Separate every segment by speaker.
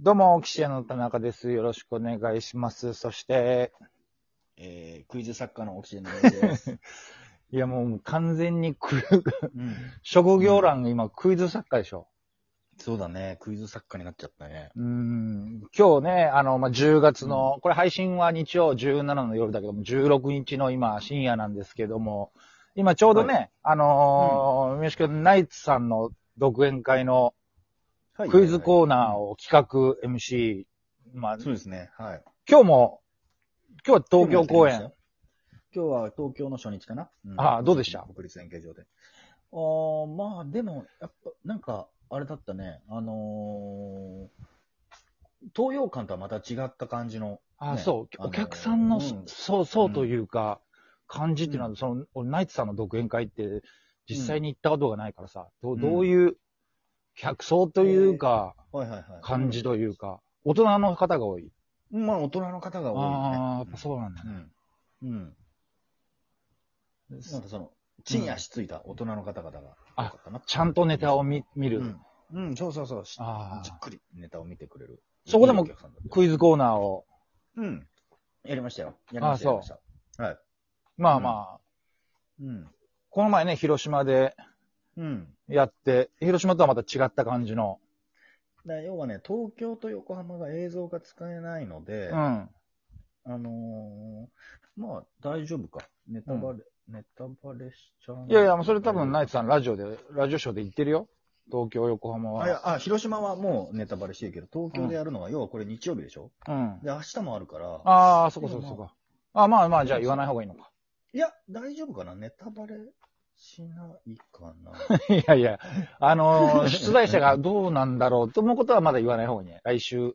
Speaker 1: どうも、記者の田中です。よろしくお願いします。そして、
Speaker 2: えー、クイズ作家のオキシエンです。
Speaker 1: いやもう完全に ク、
Speaker 2: うん。
Speaker 1: 職業欄が今クイズ作家でしょ。
Speaker 2: そうだね。クイズ作家になっちゃったね。
Speaker 1: うん。今日ね、あの、まあ、10月の、これ配信は日曜17の夜だけども、16日の今深夜なんですけども、今ちょうどね、あのー、ミュージカルナイツさんの独演会のクイズコーナーを企画、MC、まあ、
Speaker 2: そうですね。はい。
Speaker 1: 今日も、今日は東京公演。。
Speaker 2: 今日は東京の初日かな、うん
Speaker 1: あーどうでした
Speaker 2: 国立演芸場で。あーまあでも、やっぱ、なんか、あれだったね。あのー、東洋館とはまた違った感じの。
Speaker 1: あ、
Speaker 2: ね
Speaker 1: そう。
Speaker 2: あの
Speaker 1: お客さんの、
Speaker 2: うん
Speaker 1: そう、そうというか、感じっていうのは、その、俺ナイツさんの独演会って、実際に行ったことがないからさ、どう
Speaker 2: うん
Speaker 1: どういう、客層というか、
Speaker 2: はいはいはい。
Speaker 1: 感じというか、大人の方が多い。
Speaker 2: うん。まあ大人の方が多いよね。
Speaker 1: ああ、やっぱそうなんだ
Speaker 2: う
Speaker 1: ね。
Speaker 2: ん。うん。なんかその、地に足ついた大人の方々が多かったな。
Speaker 1: ちゃんとネタを見見る。
Speaker 2: うん、うん、そうそうそう。し
Speaker 1: あ
Speaker 2: じっ
Speaker 1: あ、
Speaker 2: くりネタを見てくれる。
Speaker 1: そこでも
Speaker 2: いいお客さんだった
Speaker 1: クイズコーナーを、
Speaker 2: うん。やりましたよ。やりました
Speaker 1: あ
Speaker 2: よ。
Speaker 1: あ
Speaker 2: やりました。はい。
Speaker 1: まあまあ、
Speaker 2: うん。
Speaker 1: この前ね、広島で
Speaker 2: うん。
Speaker 1: やって、広島とはまた違った感じの、
Speaker 2: だから要はね、東京と横浜が映像が使えないので、
Speaker 1: うん。
Speaker 2: あのー、まあ、大丈夫か。ネタバレ、ネタバレしちゃう。
Speaker 1: いやいや、もうそれ多分ナイツさんラジオで、ラジオショーで言ってるよ。東京、横浜は。
Speaker 2: あいやあ、広島はもうネタバレしてるけど、東京でやるのは、要はこれ日曜日でしょ
Speaker 1: うん。
Speaker 2: で、明日もあるから、
Speaker 1: ああ、そこそこそこ。あまあまあ、じゃあ言わない方がいいのか。
Speaker 2: いや、大丈夫かなネタバレしないかな
Speaker 1: いやいや、あ のー出題者がどうなんだろうと思うことはまだ言わない方がいいね。来週。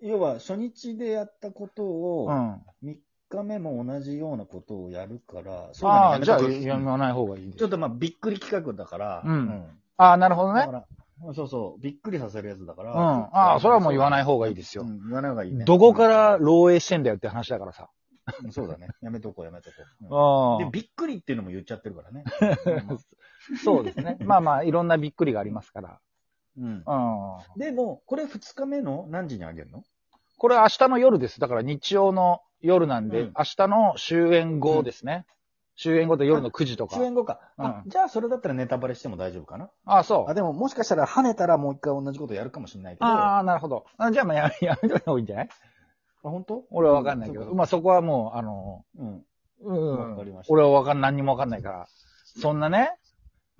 Speaker 2: 要は、初日でやったことを、
Speaker 1: うん。
Speaker 2: 3日目も同じようなことをやるから、そうだね
Speaker 1: ああ、じゃあ
Speaker 2: やめとく
Speaker 1: 言わない方がいいです
Speaker 2: ちょっとまあ、びっくり企画だから、
Speaker 1: うんああ、なるほど
Speaker 2: だ
Speaker 1: ね
Speaker 2: か。ら、そうそう、びっくりさせるやつだから、
Speaker 1: うん。ああ、それはもう言わない方がいいですよ
Speaker 2: う。ん言わない方がいいね。
Speaker 1: どこから漏洩してんだよって話だからさ。
Speaker 2: うんそうだね。やめとこう、やめとこう。うん
Speaker 1: う
Speaker 2: で、
Speaker 1: ん。
Speaker 2: びっくりっていうのも言っちゃってるから ね。
Speaker 1: そうです ね。まあまあ、いろんなびっくりがありますから。
Speaker 2: うん
Speaker 1: うん。
Speaker 2: でも、これ2日目の何時にあげるの
Speaker 1: これ明日の夜です。だから日曜の夜なんで、
Speaker 2: うん
Speaker 1: 明日の終演後ですね。終演後と夜の9時とか
Speaker 2: 終。演後か。あ
Speaker 1: う
Speaker 2: じゃあ、それだったらネタバレしても大丈夫かな。
Speaker 1: ああ、そう
Speaker 2: あ、。でも、もしかしたら跳ねたらもう一回同じことやるかもしれないけど。
Speaker 1: ああ、なるほど。あじゃあ、まあ、や やめといた方がいいんじゃない
Speaker 2: あ、本当？
Speaker 1: 俺はわかんないけど。
Speaker 2: うん
Speaker 1: まあ、そこはもう、あの、
Speaker 2: うん。
Speaker 1: うん。
Speaker 2: わかりました
Speaker 1: 俺はわかん、何にもわかんないから。そんなね、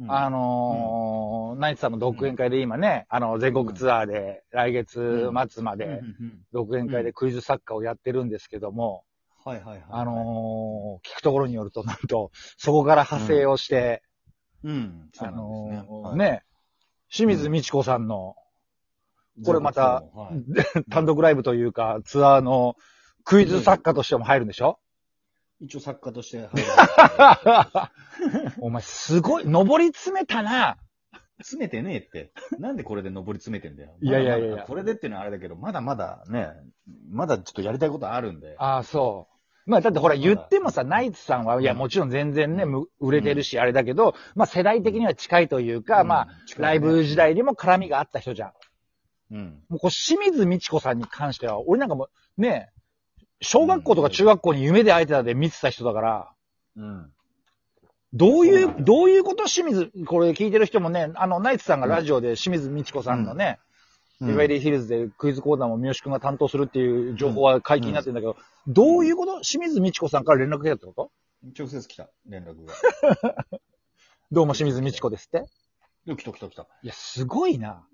Speaker 1: あ
Speaker 2: の、
Speaker 1: のーナイツさんの独演会で今ね、あの、全国ツアーで、来月末ま
Speaker 2: うんうん
Speaker 1: で、
Speaker 2: うん
Speaker 1: 独演会でクイズ作家をやってるんですけども、
Speaker 2: はいはいはい。
Speaker 1: あ、のー聞くところによると、なんと、 そこから派生をして、
Speaker 2: うん。そう
Speaker 1: あ
Speaker 2: なんですね。
Speaker 1: の
Speaker 2: は
Speaker 1: ー
Speaker 2: い、
Speaker 1: ね、清水美智子さんの、これまた、
Speaker 2: はい
Speaker 1: 単独ライブというか、ツアーのクイズ作家としても入るんでしょ、
Speaker 2: 一応作家とし て入られてる。
Speaker 1: お前すごい、登り詰めたな。
Speaker 2: 詰めてねえって。なんでこれで上り詰めてんだよ。
Speaker 1: いやいやいやいや
Speaker 2: まだまだこれでっていうのはあれだけど、まだまだね、まだちょっとやりたいことあるんで。
Speaker 1: ああ、そう。まあ、だってほら、言ってもさ、ナイツさんは、いや、
Speaker 2: うん
Speaker 1: もちろん全然ね、
Speaker 2: うん
Speaker 1: む売れてるし、あれだけど、まあ、世代的には近いというか、
Speaker 2: うん
Speaker 1: まあ、ライブ時。代にも絡みがあった人じゃん。
Speaker 2: うん。
Speaker 1: もう、こう、清水美智子さんに関しては、俺なんかもう、ね、小学校とか中学校に夢で会えてたで見てた人だから、
Speaker 2: うん。
Speaker 1: どうい
Speaker 2: そうな
Speaker 1: う、
Speaker 2: んだ
Speaker 1: どういうこと清水、これ聞いてる人もね、あの、ナイツさんがラジオで清水美智子さんのね、
Speaker 2: う
Speaker 1: リ
Speaker 2: ん
Speaker 1: ベリーヒルズでクイズコーナーも三好くんが担当するっていう情報は解禁になってるんだけど、どういうこと清水美智子さんから連絡来たってこと
Speaker 2: 直接来た、連 絡が。
Speaker 1: どうも清水美智子ですって
Speaker 2: で来た来た来た。
Speaker 1: いや、すごいな。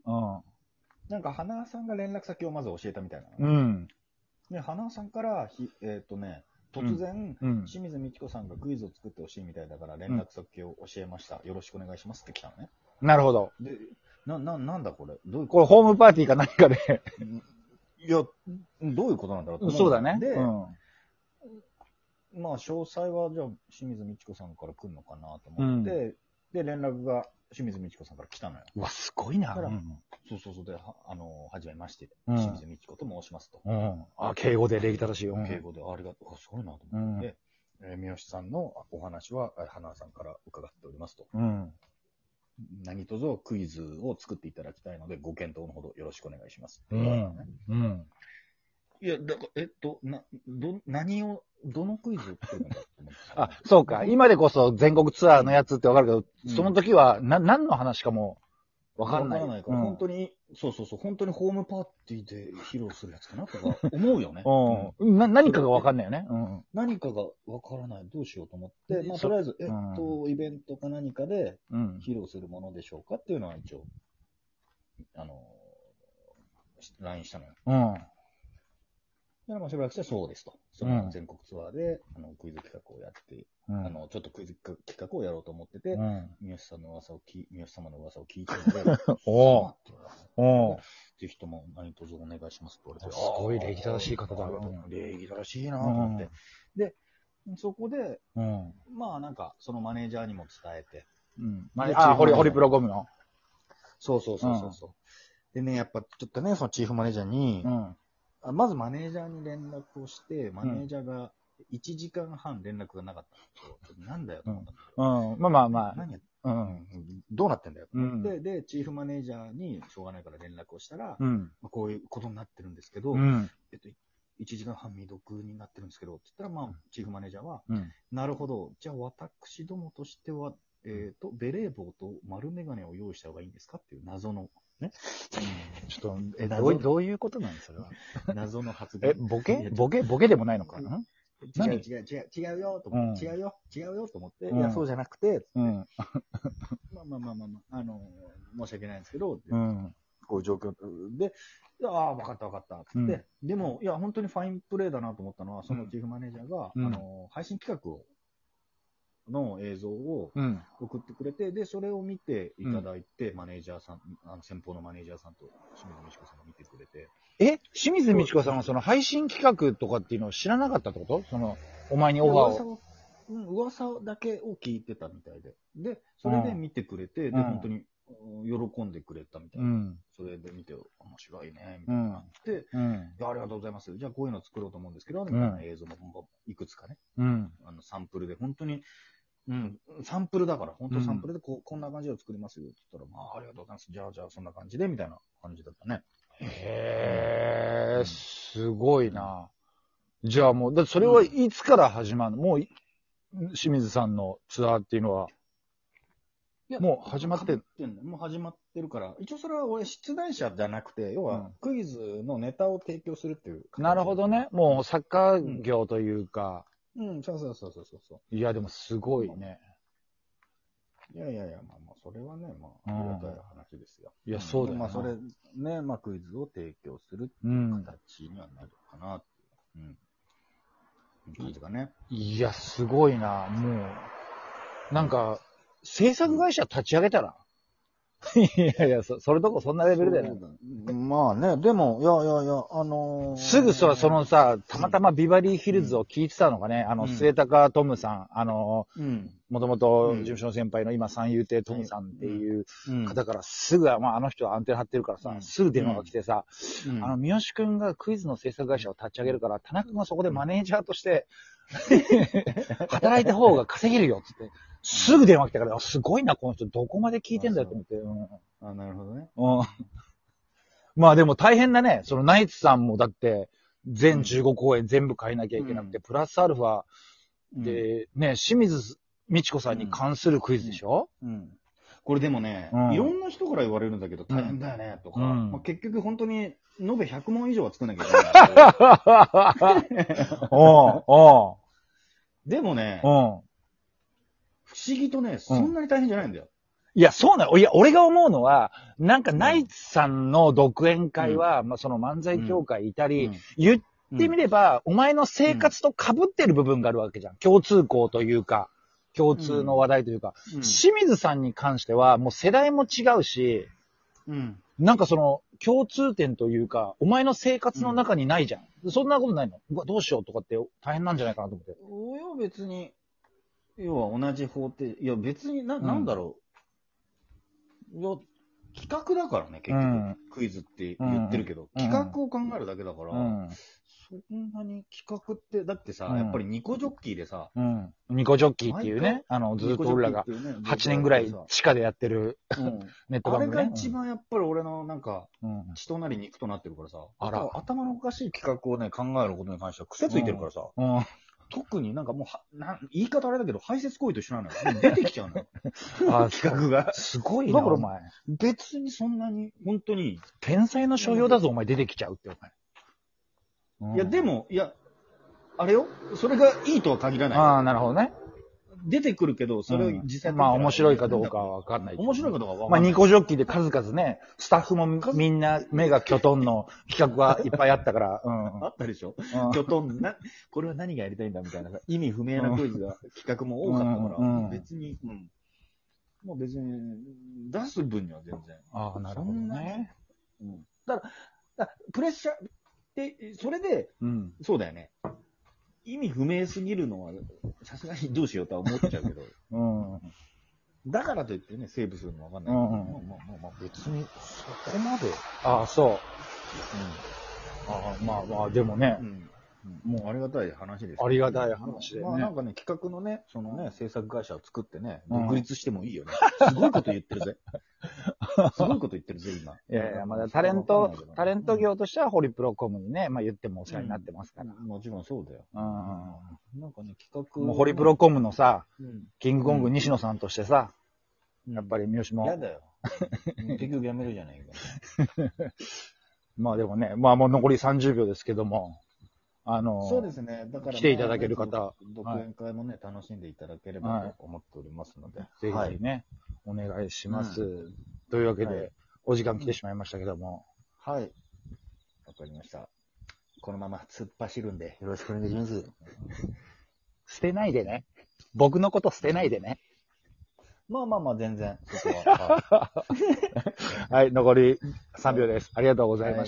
Speaker 2: なんか、花さんが連絡先をまず教えたみたいな。
Speaker 1: うん。うん。
Speaker 2: ね、花さんからひ、えっ、とね、突然、
Speaker 1: うん。
Speaker 2: 清水美智子さんがクイズを作ってほしいみたいだから、連絡先を教えました、よろしくお願いしますって来たのね。
Speaker 1: なるほど。
Speaker 2: で、な、な、なんだこれどういう
Speaker 1: これホームパーティーか何かで。
Speaker 2: れ、んいや、どういうことなんだろうと思
Speaker 1: そうだね。
Speaker 2: で、
Speaker 1: うん。
Speaker 2: まあ、詳細は、じゃあ、清水美智子さんから来るのかなと思って、で、連絡が清水美智子さんから来たのよ。
Speaker 1: うわ、すごいな。
Speaker 2: だから
Speaker 1: うん
Speaker 2: そうそうそう、で、はあの、はじめまして、
Speaker 1: うん
Speaker 2: 清水美智子と申しますと。
Speaker 1: うん。あ、敬語で礼儀正しい。うん
Speaker 2: 敬語で、ありがとう、あすごいなと思って、えー三好さんのお話は、えー花さんから伺っておりますと。
Speaker 1: うん。
Speaker 2: 何卒クイズを作っていただきたいので、ご検討のほどよろしくお願いします。
Speaker 1: うんうん。
Speaker 2: いや、だから、えっと、な、ど、何を、どのクイズを作るんだと思ってた
Speaker 1: あ、そうか。今でこそ全国ツアーのやつってわかるけど、
Speaker 2: うん
Speaker 1: その時は、な、何の話かも、わかんない。
Speaker 2: わからないから、
Speaker 1: うん。
Speaker 2: 本当に、そうそうそう、本当にホームパーティーで披露するやつかなとか思うよね
Speaker 1: うんな、何かがわかんないよね。うん。
Speaker 2: 何かがわからない、どうしようと思って、まあ、
Speaker 1: そ
Speaker 2: とりあえず、えっ
Speaker 1: ん
Speaker 2: と、イベントか何かで
Speaker 1: うん。
Speaker 2: 披露するものでしょうかっていうのは一応、あの、し LINE したのよ。
Speaker 1: うん。
Speaker 2: で、なんかしばらくして、そうですと。その全国ツアーで、あの、クイズ企画をやって、
Speaker 1: うん
Speaker 2: あの、ちょっとクイズ企画をやろうと思ってて、
Speaker 1: うん。、
Speaker 2: 三好さんの噂を聞い、三好様の噂を聞いてるので
Speaker 1: おう
Speaker 2: そうなんだよ
Speaker 1: おう
Speaker 2: ぜひとも何卒お願いしますって言われて。
Speaker 1: すごい礼儀正しい方だ
Speaker 2: あー
Speaker 1: うん
Speaker 2: 礼儀正しいなと思って、で、そこで、
Speaker 1: うん。
Speaker 2: まあなんか、そのマネージャーにも伝えて。
Speaker 1: うん。
Speaker 2: で
Speaker 1: あ、ホリ、
Speaker 2: チーム
Speaker 1: ホリプロゴムの。
Speaker 2: そうそうそうそうそう。でね、やっぱちょっとね、そのチーフマネージャーに、
Speaker 1: うん。
Speaker 2: あまずマネージャーに連絡をして、マネージャーが1時間半連絡がなかったんですよ。なんだよと思ったんだけど。
Speaker 1: うん。まあまあま
Speaker 2: 何や、
Speaker 1: あ。う。
Speaker 2: うんん、どうなってんだよと思って、
Speaker 1: う
Speaker 2: で、チーフマネージャーにしょうがないから連絡をしたら、
Speaker 1: うん。
Speaker 2: まあ、こういうことになってるんですけど、
Speaker 1: うん。
Speaker 2: えっと、1時間半未読になってるんですけど、つったら、まあ、チーフマネージャーは、
Speaker 1: うん。
Speaker 2: なるほど、じゃあ私どもとしては、えっ、と、ベレー帽と丸眼鏡を用意した方がいいんですかっていう 謎の、ね、
Speaker 1: ちょっと、え、
Speaker 2: え
Speaker 1: どうい
Speaker 2: 謎
Speaker 1: どういうことなのそれは。
Speaker 2: 謎の発言。
Speaker 1: え、ボケ
Speaker 2: いや
Speaker 1: ボケボケでもないのかな
Speaker 2: 違う
Speaker 1: 何
Speaker 2: 違う違う、違うよと思って、
Speaker 1: うん
Speaker 2: 違うよ、違うよと思って、
Speaker 1: うん
Speaker 2: いや、そうじゃなくて、
Speaker 1: うん。
Speaker 2: まあまあまあまあ、まあ、あのー申し訳ないんですけど、
Speaker 1: うん。
Speaker 2: こういう状況で、ああ、分かった分かったっつって、でも、いや、本当にファインプレーだなと思ったのは、そのチーフマネージャーが、
Speaker 1: うん
Speaker 2: あの、配信企画を、の映像を
Speaker 1: うん。
Speaker 2: 送ってくれて、で、それを見ていただいて、マネージャーさん、あの先方のマネージャーさんと清水美智子さんが見てくれて、
Speaker 1: え、清水美智子さんはその配信企画とかっていうのを知らなかったってことその、お前にオファー
Speaker 2: 噂
Speaker 1: を。
Speaker 2: を、うん、噂だけを聞いてたみたいで、で、それで見てくれて、
Speaker 1: ん
Speaker 2: で、本当にうん喜んでくれたみたいうな、
Speaker 1: ん。
Speaker 2: それで見て、面白いね、みたいになって、
Speaker 1: うん。
Speaker 2: いやありがとうございます。じゃあこういうの作ろうと思うんですけど、みたいな映像ももういくつかね、
Speaker 1: うん。
Speaker 2: あのサンプルで、本当に、うん、サンプルだから、本当サンプルでこ,、うこんな感じを作りますよって言ったら、まあありがとうございます。じゃあじゃあそんな感じで、みたいな感じだったね。
Speaker 1: へえ、すごいな。じゃあもう、だってそれはいつから始まるのもうい、清水さんのツアーっていうのは。
Speaker 2: いや
Speaker 1: もう始まってん
Speaker 2: んのもう始まってるから、一応それは俺、出題者じゃなくて、要
Speaker 1: うん
Speaker 2: はクイズのネタを提供するっていう。
Speaker 1: なるほどね。。もうサッカー業というか、
Speaker 2: うん、そうそうそうそうそうそう。
Speaker 1: いやでもすごいね。
Speaker 2: いやいやいや、まあまあ、それはね、ま
Speaker 1: うん
Speaker 2: あ、ありがたい話ですよ。
Speaker 1: いやそうだよ
Speaker 2: で
Speaker 1: な
Speaker 2: まあ、それ、ね、まあ、クイズを提供する
Speaker 1: うん。
Speaker 2: 形にはなるかなっていう。うん。感じがね。
Speaker 1: いや、すごいな。もう、なんか、制作会社立ち上げたらいやいや、そそれとこそんなレベルだよね。
Speaker 2: まあね、でも、いやいやいや、あのー
Speaker 1: すぐさ、その、さ、たまたまビバリーヒルズを聞いてたのがね、あの、
Speaker 2: うん
Speaker 1: 末高トムさん、あの、
Speaker 2: うん。
Speaker 1: もともと
Speaker 2: うん
Speaker 1: 事務所の先輩の今三遊亭トムさんっていう
Speaker 2: うん
Speaker 1: 方からすぐ、まああの人はアンテナ張ってるからさ
Speaker 2: う、ん
Speaker 1: すぐ電話が来てさ、
Speaker 2: うん
Speaker 1: あの、三好くんがクイズの制作会社を立ち上げるから、田中君はそこでマネージャーとして、 働いた方が稼げるよっつって、すぐ電話来たから、あすごいな、この人、どこまで聞いてんだよと思って。うん
Speaker 2: あ、なるほどね。
Speaker 1: うん。まあでも大変だね。そのナイツさんもだって、全15公演全部変えなきゃいけなくて、
Speaker 2: う
Speaker 1: プラスアルファ
Speaker 2: うん、
Speaker 1: で、ね、清水美智子さんに関するクイズでしょ、
Speaker 2: うん。これでもね、
Speaker 1: うん
Speaker 2: いろんな人から言われるんだけど、大変だよね、とか、
Speaker 1: うん
Speaker 2: まあ、結局本当に、延べ100問以上は作んなきゃいけない。
Speaker 1: おうお
Speaker 2: でもね
Speaker 1: う、おう
Speaker 2: 不思議とね、そんなに大変じゃないんだよ。
Speaker 1: いや、そうなの。いや、俺が思うのは、なんかナイツさんの独演会は、まあその漫才協会いたり、言ってみれば、お前の生活と被ってる部分があるわけじゃん。共通項というか、共通の話題というか。
Speaker 2: うん
Speaker 1: 清水さんに関しては、もう世代も違うし、
Speaker 2: うん。
Speaker 1: なんかその、共通点というか、お前の生活の中にないじゃん。そんなことないのうわどうしようとかって大変なんじゃないかなと思って。
Speaker 2: およ、別に。要は同じ方程、いや別にな、なんだろう。いや、企画だからね、結局。
Speaker 1: うん
Speaker 2: クイズって言ってるけど、
Speaker 1: うん
Speaker 2: 企画を考えるだけだから、そんなに企画って、だってさ、
Speaker 1: うん
Speaker 2: やっぱりニコジョッキーでさ、
Speaker 1: うん。ニコジョッキーっていうね、あの、ずっと俺らが
Speaker 2: ニコジョッキーっていうね
Speaker 1: 8年ぐらい
Speaker 2: 僕らが
Speaker 1: 地下でやってる
Speaker 2: さうん
Speaker 1: ネット
Speaker 2: あ
Speaker 1: 番
Speaker 2: れ
Speaker 1: 組、
Speaker 2: が
Speaker 1: ね。
Speaker 2: 一番やっぱり俺のなんか、
Speaker 1: うん、うん
Speaker 2: 血となり肉となってるからさ、
Speaker 1: あら
Speaker 2: 頭のおかしい企画をね、考えることに関しては癖ついてるからさ、
Speaker 1: うん。
Speaker 2: 特になんかもうはなん、言い方あれだけど、排泄行為と一緒なのよ。もう出てきちゃうのよ。
Speaker 1: あ、
Speaker 2: 企画が。
Speaker 1: すごい
Speaker 2: い
Speaker 1: な、
Speaker 2: な
Speaker 1: だからお前。
Speaker 2: 別にそんなに、本当に。
Speaker 1: 天才の所用だぞ、お前出てきちゃうって、お前。
Speaker 2: いや、で
Speaker 1: も、
Speaker 2: も、いや、あれよそれがいいとは限ら
Speaker 1: あ
Speaker 2: な
Speaker 1: あ、なるほどね。
Speaker 2: い。出てくるけど、それを実際、
Speaker 1: まあ、面白いかどうかはわかんない。
Speaker 2: 面白い
Speaker 1: か
Speaker 2: かどうかは分
Speaker 1: まあ、
Speaker 2: かんない
Speaker 1: ニコジョッキーで数々ね、スタッフもみんな目がキョトンの企画 はいっぱいあったから、うんうん。
Speaker 2: あったでしょ
Speaker 1: うん
Speaker 2: きょとんな、これは何がやりたいんだみたいなさ意味不明なクイズが、企画も多かったか
Speaker 1: う
Speaker 2: ら、
Speaker 1: んうん
Speaker 2: 別に、うん。もう別に、出す分には全然。
Speaker 1: ああ、なるほどね。
Speaker 2: うん。だから、だからプレッシャー、で、それで、
Speaker 1: うん。
Speaker 2: そうだよね。意味不明すぎるのは、さすがにどうしようとは思っちゃうけど、
Speaker 1: うん。
Speaker 2: だからといってね、セーブするのはわかんない。
Speaker 1: うんうん
Speaker 2: まあまあまあまあ、別に、そこまで。
Speaker 1: ああ、そう。ああ、まあまあ、でもね
Speaker 2: う、ん。うん、もうありがたい話です。
Speaker 1: ありがたい話でね
Speaker 2: まあなんかね、企画のね、そのね、制作会社を作ってね、
Speaker 1: うん
Speaker 2: 独立してもいいよね。すごいこと言ってるぜ。すごいこと言ってるぜ、今。
Speaker 1: いやいや、まだタレント、タレント業としてはホリプロコムにね、まあ言ってもお世話になってますか。
Speaker 2: からら。もちろんそうだよ。
Speaker 1: うん。
Speaker 2: なんかね、企画。
Speaker 1: もうホリプロ、コムのさ、
Speaker 2: うん、
Speaker 1: キングコング西野さんとしてさ、やっぱり三好
Speaker 2: や
Speaker 1: も、
Speaker 2: だよ。結局やめるじゃないか。
Speaker 1: まあでもね、まあもう残り30秒ですけども、あの、
Speaker 2: そうですね。だから、
Speaker 1: 来ていただける方
Speaker 2: まあ独演会もね、楽しんでいただければと思っておりますので。
Speaker 1: ぜ
Speaker 2: は
Speaker 1: ひぜ
Speaker 2: い
Speaker 1: ひ。ね、お願いします。
Speaker 2: う
Speaker 1: というわけで、
Speaker 2: はい
Speaker 1: お時間来てしまいましたけども、
Speaker 2: はい。わかりました。このまま突っ走るんで、よろしくお願いします。
Speaker 1: 捨てないでね。僕のこと捨てないでね。
Speaker 2: まあまあま あ、全然、そこは。はい
Speaker 1: はい、残り3秒です。ありがとうございました。